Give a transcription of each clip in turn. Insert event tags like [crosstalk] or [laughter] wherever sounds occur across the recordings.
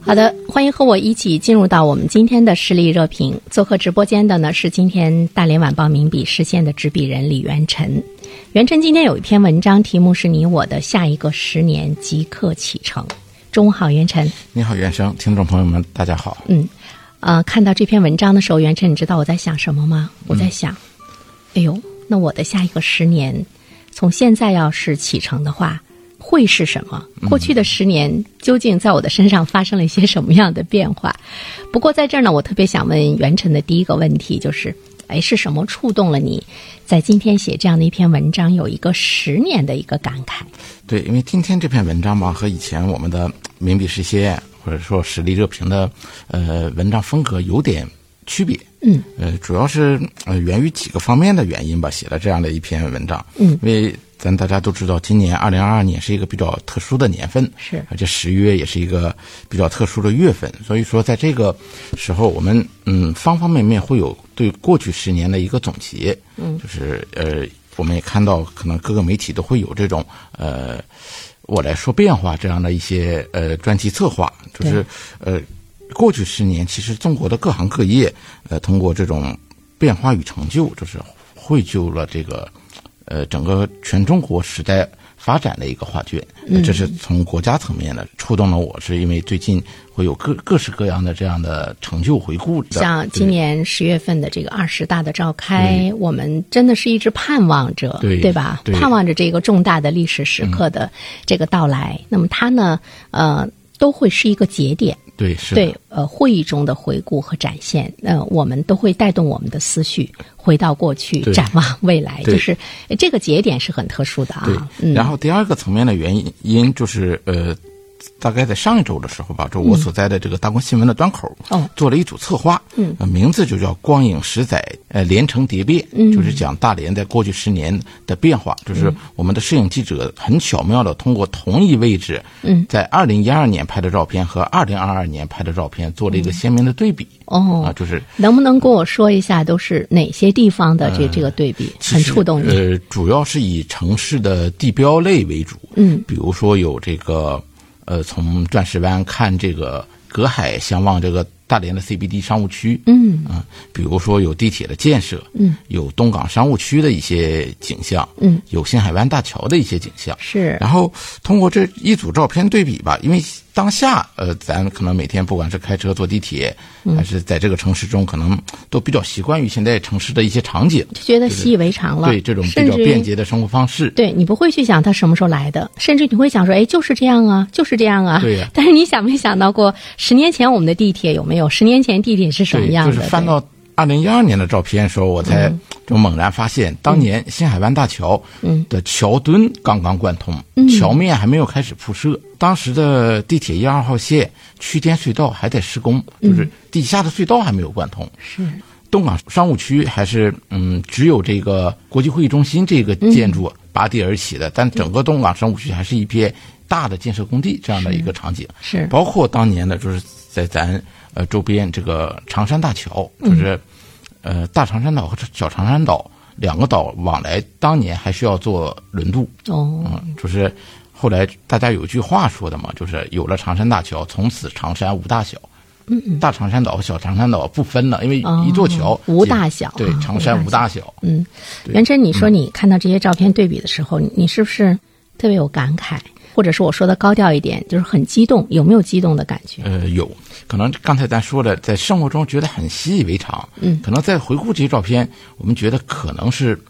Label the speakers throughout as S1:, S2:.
S1: 好的，欢迎和我一起进入到我们今天的实力热评。做客直播间的呢是今天大连晚报名笔视线的执笔人李元晨。元晨今天有一篇文章，题目是你我的下一个十年即刻启程。中午好，元晨。
S2: 你好，袁生，听众朋友们，大家好。
S1: 嗯，呃，看到这篇文章的时候，袁晨，你知道我在想什么吗？我在想，哎呦，那我的下一个十年，从现在要是启程的话，会是什么？过去的十年究竟在我的身上发生了一些什么样的变化？不过在这儿呢，我特别想问袁晨的第一个问题就是，哎，是什么触动了你，在今天写这样的一篇文章，有一个十年的一个感慨？
S2: 对，因为今天这篇文章吧，和以前我们的名笔视线或者说实力热评的呃文章风格有点区别。
S1: 嗯，
S2: 呃，主要是呃源于几个方面的原因吧，写了这样的一篇文章。
S1: 嗯
S2: 因为咱大家都知道，今年二零二二年是一个比较特殊的年份，
S1: 是
S2: 而且十月也是一个比较特殊的月份，所以说在这个时候，我们嗯方方面面会有对过去十年的一个总结，嗯，就是呃我们也看到，可能各个媒体都会有这种呃我来说变化这样的一些呃专题策划，就是呃过去十年，其实中国的各行各业呃通过这种变化与成就，就是绘就了这个呃整个全中国时代发展的一个画卷。呃这
S1: 嗯
S2: 是从国家层面的触动了我，是因为最近会有各各式各样的这样的成就回顾的。
S1: 像今
S2: 对嗯
S1: 年十月份的这个二十大的召开，我们真的是一直盼望着，
S2: 对
S1: 吧？
S2: 对
S1: 盼望着这个重大的历史时刻的这个到来。那么它呢，呃，都会是一个节点，
S2: 对是的
S1: 对呃会议中的回顾和展现。呃，我们都会带动我们的思绪，回到过去，
S2: 对
S1: 展望未来。
S2: 对
S1: 就是呃这个节点是很特殊的
S2: 对
S1: 啊，。嗯，
S2: 然后第二个层面的原因因就是呃，大概在上一周的时候吧，就我所在的这个大公新闻的端口，
S1: 哦
S2: 做了一组策划，
S1: 嗯
S2: 呃名字就叫“光影十载，呃，连城叠变”，就是讲大连在过去十年的变化，就是
S1: 嗯
S2: 我们的摄影记者很巧妙的通过同一位置，
S1: 嗯，
S2: 在二零一二年拍的照片和二零二二年拍的照片做了一个鲜明的对比，
S1: 嗯哦
S2: 啊，就是
S1: 能不能跟我说一下都是哪些地方的这、这个对比
S2: 呃其
S1: 很
S2: 实
S1: 触动你？
S2: 呃，主要是以城市的地标类为主，
S1: 嗯，
S2: 比如说有这个，呃，从钻石湾看这个隔海相望这个大连的 CBD 商务区，
S1: 嗯
S2: 啊、比如说有地铁的建设，
S1: 嗯，
S2: 有东港商务区的一些景象，
S1: 嗯，
S2: 有新海湾大桥的一些景象，
S1: 是
S2: 然后通过这一组照片对比吧，因为当下呃，咱可能每天不管是开车、坐地铁，
S1: 嗯
S2: 还是在这个城市中，可能都比较习惯于现在城市的一些场景。
S1: 就觉得习以为常了，
S2: 对这种比
S1: 甚
S2: 较
S1: 至于
S2: 便捷的生活方式。
S1: 对你不会去想它什么时候来的，甚至你会想说，哎，就是这样啊，就是这样啊。
S2: 对呀
S1: [laughs] 但是你想没想到过，十年前我们的地铁有没有？十年前地铁是什么
S2: 对，
S1: 样
S2: 就
S1: 的？嗯
S2: 是翻到二零一二年的照片的时候，我才就猛然发现，当年新海湾大桥
S1: 嗯
S2: 的桥墩刚刚贯通，桥面还没有开始铺设，当时的地铁一二号线区间隧道还在施工，就是地下的隧道还没有贯通。
S1: 对嗯是
S2: 东港商务区还是嗯，只有这个国际会议中心这个
S1: 嗯
S2: 建筑拔地而起的，但整个东港商务区还是一片大的建设工地这样的一个场景。
S1: 是
S2: 包括当年的，就是在咱呃周边这个长山大桥，就是、呃大长山岛和小长山岛两个岛往来，当年还需要做轮渡，
S1: 哦，
S2: 嗯，就是后来大家有句话说的嘛，就是有了长山大桥，从此长山无大小。嗯，大长山岛和小长山岛不分了，因为一座桥、
S1: 哦无大小
S2: 对
S1: 啊，
S2: 长山
S1: 无
S2: 无
S1: 大
S2: 大小。
S1: 嗯，袁真，你说你看到这些照片对比的时候，
S2: 嗯
S1: 你你是不是特别有感慨？或者说我说的高调一点，就是很激动，有没有激动的感觉？
S2: 呃，有可能刚才咱说的，在生活中觉得很习以为常，
S1: 嗯
S2: 可能在回顾这些照片，我们觉得可能是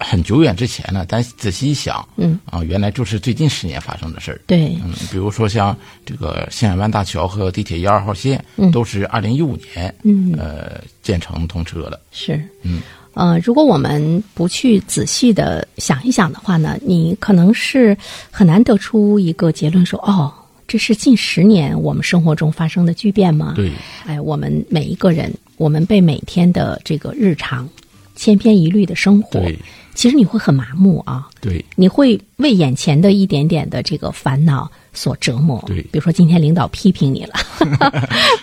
S2: 很久远之前了，但仔细一想，
S1: 嗯，
S2: 啊，原来就是最近十年发生的事儿。
S1: 对，
S2: 嗯，比如说像这个新海湾大桥和地铁一二号线，
S1: 嗯
S2: 都是二零一五年，
S1: 嗯
S2: 呃，建成通车的。
S1: 是，
S2: 嗯，
S1: 呃，如果我们不去仔细的想一想的话呢，你可能是很难得出一个结论说，哦，这是近十年我们生活中发生的巨变吗？
S2: 对，
S1: 哎，我们每一个人，我们被每天的这个日常千篇一律的生活
S2: 对，
S1: 其实你会很麻木啊，
S2: 对，
S1: 你会为眼前的一点点的这个烦恼所折磨。
S2: 对
S1: 比如说今天领导批评你
S2: [laughs]
S1: 了，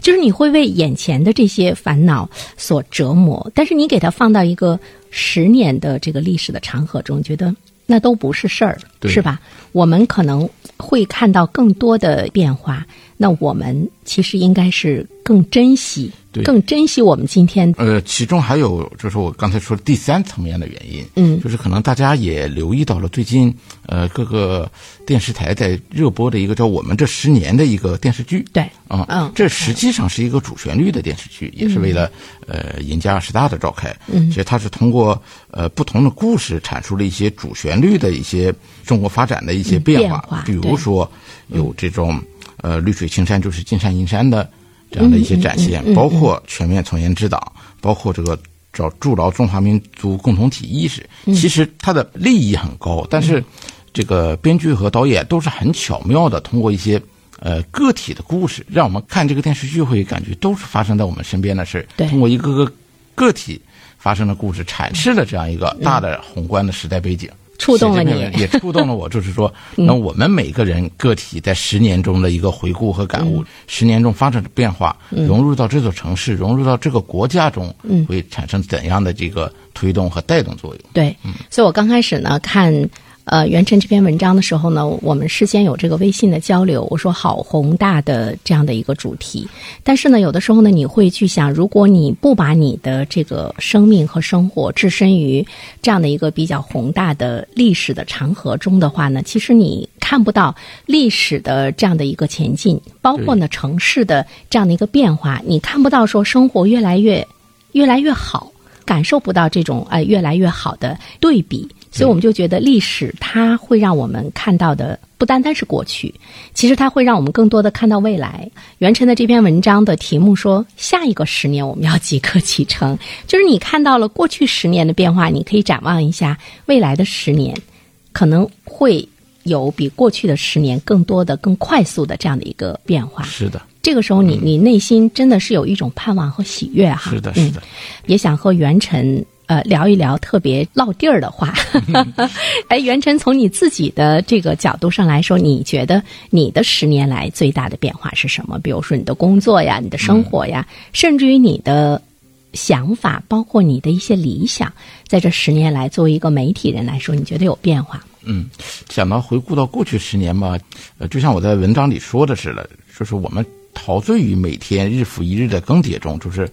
S1: 就是你会为眼前的这些烦恼所折磨。但是你给它放到一个十年的这个历史的长河中，觉得那都不是事儿，
S2: 对
S1: 是吧？我们可能会看到更多的变化。那我们其实应该是更珍惜
S2: 对，
S1: 更珍惜我们今天。
S2: 呃，其中还有就是我刚才说的第三层面的原因，
S1: 嗯
S2: 就是可能大家也留意到了最近呃各个电视台在热播的一个叫《我们这十年》的一个电视剧，
S1: 对，
S2: 啊、
S1: 嗯
S2: 这实际上是一个主旋律的电视剧，也是为了呃迎接二十大的召开。嗯，其实它是通过呃不同的故事阐述了一些主旋律的一些中国发展的一些
S1: 嗯
S2: 变
S1: 变
S2: 化，
S1: 化
S2: 比如
S1: 对
S2: 说有这种呃绿水青山就是金山银山的这样的一些展现，包括全面从严治党，包括这个。找筑牢中华民族共同体意识，其实它的利益很高，但是这个编剧和导演都是很巧妙的，通过一些呃个体的故事，让我们看这个电视剧会感觉都是发生在我们身边的事
S1: 对
S2: 通过一个个个体发生的故事，阐释了这样一个大的宏观的时代背景。
S1: 触动了你嗯
S2: 写这篇文也触动了我。就
S1: [laughs]
S2: 是说，那我们每个人个体在十年中的一个回顾和感
S1: 嗯
S2: 悟，十年中发生的变化，融入到这座城市，融入到这个国家中，
S1: 嗯
S2: 会产生怎样的这个推动和带动作用？
S1: 对，所以我刚开始呢看呃袁晨这篇文章的时候呢，我们事先有这个微信的交流，我说好宏大的这样的一个主题，但是呢，有的时候呢，你会去想，如果你不把你的这个生命和生活置身于这样的一个比较宏大的历史的长河中的话呢，其实你看不到历史的这样的一个前进，包括呢城市的这样的一个变化，你看不到说生活越来越越来越好，感受不到这种呃越来越好的对比，所以嗯我们就觉得历史它会让我们看到的不单单是过去，其实它会让我们更多的看到未来。袁晨的这篇文章的题目说：“下一个十年我们要即刻启程。”就是你看到了过去十年的变化，你可以展望一下未来的十年，可能会有比过去的十年更多的、更快速的这样的一个变化。
S2: 是的，
S1: 这个时候你，你内心真的是有一种盼望和喜悦哈。
S2: 是的，
S1: 嗯
S2: 是的。
S1: 也想和袁晨呃聊一聊特别落地儿的
S2: [laughs]
S1: 话。哎，袁晨，从你自己的这个角度上来说，你觉得你的十年来最大的变化是什么？比如说你的工作呀，你的生活呀，
S2: 嗯
S1: 甚至于你的想法，包括你的一些理想，在这十年来，作为一个媒体人来说，你觉得有变化吗？
S2: 嗯，想到回顾到过去十年吧，呃，就像我在文章里说的似的，就是我们陶醉于每天日复一日的更迭中，就是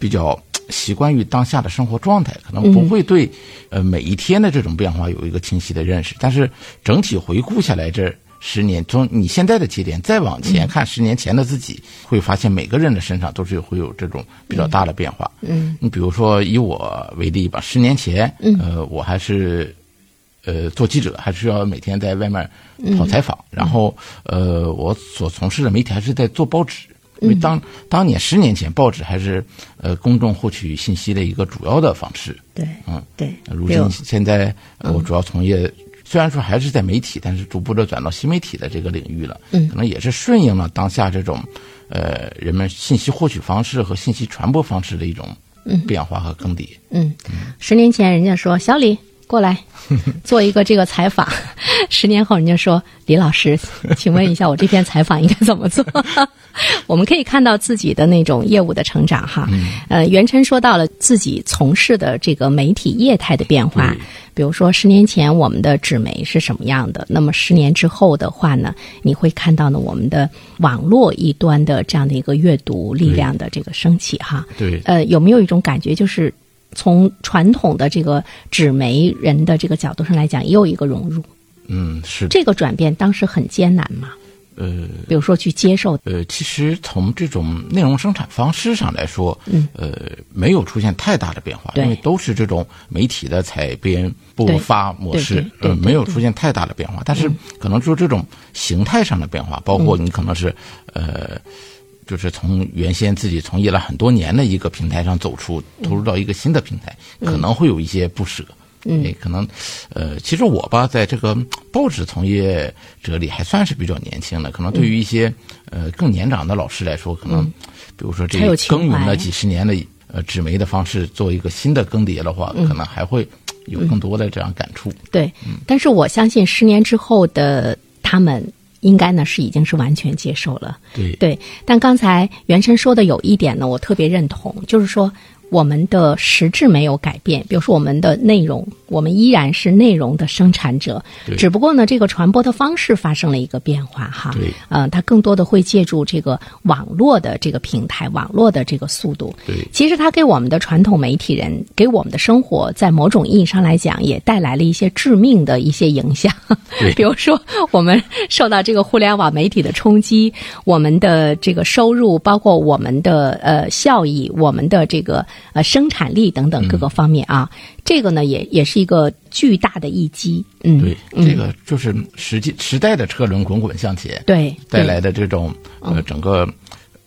S2: 比较呃习惯于当下的生活状态，可能不会对、呃每一天的这种变化有一个清晰的认识。但是整体回顾下来这。十年，从你现在的节点再往前看，十年前的自己，会发现每个人的身上都是会有这种比较大的变化。嗯，你比如说以我为例吧，十年前，呃，我还是呃，做记者还是要每天在外面跑采访，然后呃，我所从事的媒体还是在做报纸，因为当当年十年前，报纸还是呃公众获取信息的一个主要的方式。
S1: 对，
S2: 嗯，
S1: 对
S2: 如今现在呃我主要从业，虽然说还是在媒体，但是逐步的转到新媒体的这个领域了。嗯，可能也是顺应了当下这种呃人们信息获取方式和信息传播方式的一种变化和更迭。
S1: 嗯，十年前人家说小李过来做一个这个采访， [laughs] 十年后人家说李老师，请问一下我这篇采访应该怎么做？我们可以看到自己的那种业务的成长哈。呃，袁晨说到了自己从事的这个媒体业态的变化，比如说十年前我们的纸媒是什么样的，那么十年之后的话呢，你会看到呢我们的网络一端的这样的一个阅读力量的这个升起哈。
S2: 对
S1: 呃，有没有一种感觉，就是从传统的这个纸媒人的这个角度上来讲，也有一个融入？
S2: 嗯，是的，
S1: 这个转变当时很艰难嘛？
S2: 呃。
S1: 比如说去接受，
S2: 呃，其实从这种内容生产方式上来说，嗯，呃，没有出现太大的变化，
S1: 对
S2: 因为都是这种媒体的采编
S1: 对
S2: 播发模式
S1: 对，对
S2: 呃，
S1: 对嗯
S2: 没有出现太大的变化。但是可能说这种形态上的变化，包括你可能是呃就是从原先自己从业了很多年的一个平台上走出，投
S1: 嗯
S2: 入到一个新的平台，可能会有一些不舍。嗯，可能，呃，其实我吧，在这个报纸从业者里还算是比较年轻的，可能对
S1: 嗯
S2: 于一些、呃更年长的老师来说，可能比如说这
S1: 还嗯有情
S2: 耕耘了
S1: 怀
S2: 几十年的呃纸媒的方式做一个新的更迭的话，
S1: 嗯
S2: 可能还会有更多的这样感触。
S1: 对，
S2: 嗯
S1: 但是我相信十年之后的他们，应该呢是已经是完全接受了。
S2: 对
S1: 对，但刚才袁琛说的有一点呢，我特别认同，就是说我们的实质没有改变，比如说我们的内容，我们依然是内容的生产者
S2: 对，
S1: 只不过呢，这个传播的方式发生了一个变化哈。
S2: 对
S1: 呃，它更多的会借助这个网络的这个平台，网络的这个速度。
S2: 对
S1: 其实它给我们的传统媒体人，给我们的生活，在某种意义上来讲，也带来了一些致命的一些影响。
S2: 对
S1: [laughs] 比如说我们受到这个互联网媒体的冲击，我们的这个收入，包括我们的呃效益，我们的这个呃生产力等等各
S2: 嗯
S1: 个方面啊，这个呢也也是一个巨大的一击。嗯，
S2: 对，这个就是实际时代的车轮滚滚向前
S1: 对，
S2: 带
S1: 对嗯
S2: 来的这种呃整个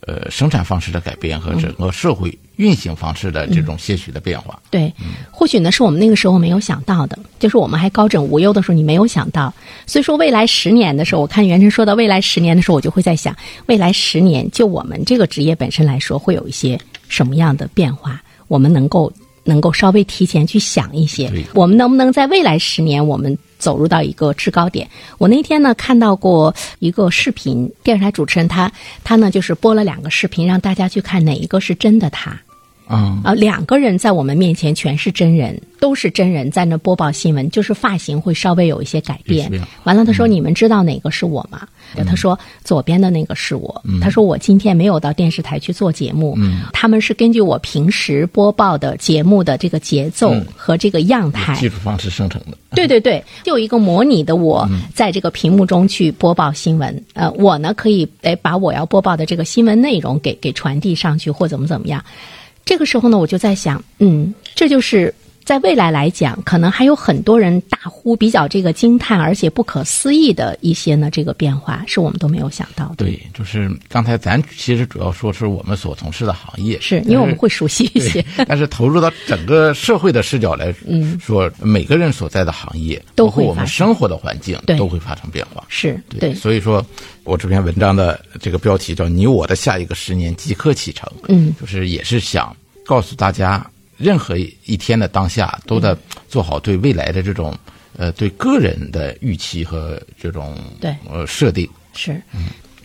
S2: 呃生产方式的改变和整个社会运行方式的这种些许的变化。
S1: 对，嗯或许呢是我们那个时候没有想到的，就是我们还高枕无忧的时候，你没有想到。所以说，未来十年的时候，我看袁晨说到未来十年的时候，我就会在想，未来十年就我们这个职业本身来说，会有一些什么样的变化？我们能够能够稍微提前去想一些
S2: 对，
S1: 我们能不能在未来十年，我们走入到一个制高点？我那天呢看到过一个视频，电视台主持人他他呢就是播了两个视频，让大家去看哪一个是真的他。
S2: 嗯，
S1: 啊，两个人在我们面前全是真人，都是真人在那播报新闻，就是发型会稍微有一些改
S2: 有
S1: 变
S2: 些变化。
S1: 完了，他说：“你们知道哪个是我吗？”他说：“左边的那个是我。”他说：“我今天没有到电视台去做节目，他们是根据我平时播报的节目的这个节奏和这个样态
S2: 技术方式生成的。 [laughs]
S1: 对对对，就有一个模拟的我
S2: 嗯
S1: 在这个屏幕中去播报新闻。呃，我呢可以哎把我要播报的这个新闻内容给给传递上去，或怎么怎么样。这个时候呢，我就在想，嗯，这就是在未来来讲，可能还有很多人大呼比较这个惊叹，而且不可思议的一些呢这个变化，是我们都没有想到的。
S2: 对，就是刚才咱其实主要说是我们所从事的行业，
S1: 是因为我们会熟悉一些，
S2: 对， [laughs] 但是投入到整个社会的视角来说，每个人所在的行业，
S1: 嗯都
S2: 包括
S1: 会
S2: 我们
S1: 发生
S2: 生活的环境，
S1: 对
S2: 都会发生变化。
S1: 是
S2: 对，所以说我这篇文章的这个标题叫“你我的下一个十年即刻启程”，
S1: 嗯，
S2: 就是也是想告诉大家，任何一天的当下，都
S1: 嗯
S2: 在做好对未来的这种呃对个人的预期和这种
S1: 对
S2: 呃设定。
S1: 是，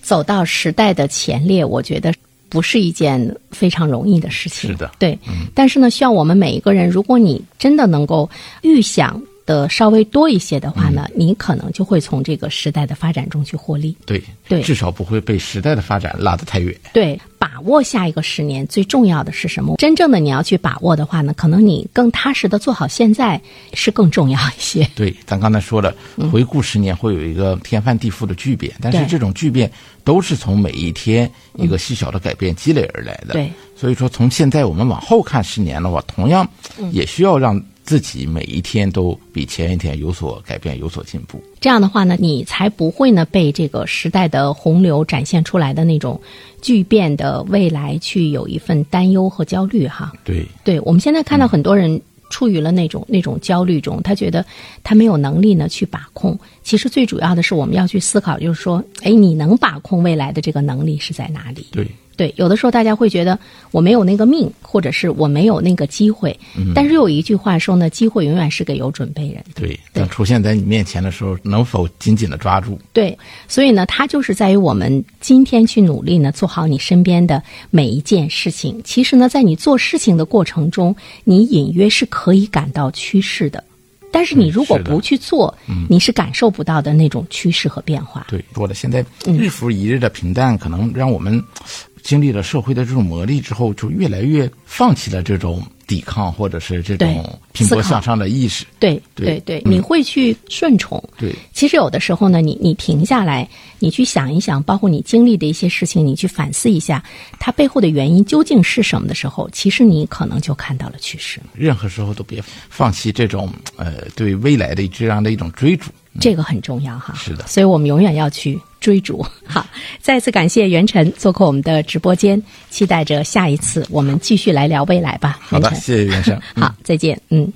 S1: 走到时代的前列，我觉得不是一件非常容易的事情。
S2: 是的嗯
S1: 对。但是呢，需要我们每一个人，如果你真的能够预想的稍微多一些的话呢，
S2: 嗯
S1: 你可能就会从这个时代的发展中去获利。
S2: 对，
S1: 对
S2: 至少不会被时代的发展拉得太远。
S1: 对，把握下一个十年最重要的是什么？真正的你要去把握的话呢，可能你更踏实的做好现在是更重要一些。
S2: 对，咱刚才说了，回顾十年会有一个天翻地覆的巨变，但是
S1: 对
S2: 这种巨变都是从每一天一个细小的改变积累而来的。
S1: 对，
S2: 所以说从现在我们往后看十年的话，同样也需要让自己每一天都比前一天有所改变、有所进步。
S1: 这样的话呢，你才不会呢被这个时代的洪流展现出来的那种巨变的未来去有一份担忧和焦虑哈。
S2: 对，
S1: 对我们现在看到很多人处于了那种、那种焦虑中，他觉得他没有能力呢去把控。其实最主要的是我们要去思考，就是说，哎，你能把控未来的这个能力是在哪里？
S2: 对，
S1: 对，有的时候大家会觉得我没有那个命，或者是我没有那个机会。但是有一句话说呢，机会永远是给有准备人的。
S2: 对。当出现在你面前的时候，能否紧紧的抓住？
S1: 对，所以呢，它就是在于我们今天去努力呢，做好你身边的每一件事情。其实呢，在你做事情的过程中，你隐约是可以感到趋势的，但是你如果
S2: 嗯是的
S1: 不去做，你是感受不到的那种趋势和变化。
S2: 对，说的现在
S1: 嗯
S2: 日复一日的平淡，可能让我们经历了社会的这种磨砺之后，就越来越放弃了这种抵抗或者是这种
S1: 对
S2: 拼
S1: 思考
S2: 搏向上的意识。
S1: 对
S2: 对嗯
S1: 对对，你会去顺从。
S2: 对
S1: 其实有的时候呢，你你停下来，你去想一想，包括你经历的一些事情，你去反思一下它背后的原因究竟是什么的时候，其实你可能就看到了趋势。
S2: 任何时候都别放弃这种呃对未来的这样的一种追逐。
S1: 这个很重要哈。
S2: 是的
S1: 所以我们永远要去追逐。 [laughs] 好，再次感谢袁晨做客我们的直播间，期待着下一次我们继续来聊未来吧。
S2: 好的，
S1: 袁晨
S2: 谢谢袁生。
S1: 好，再见，嗯。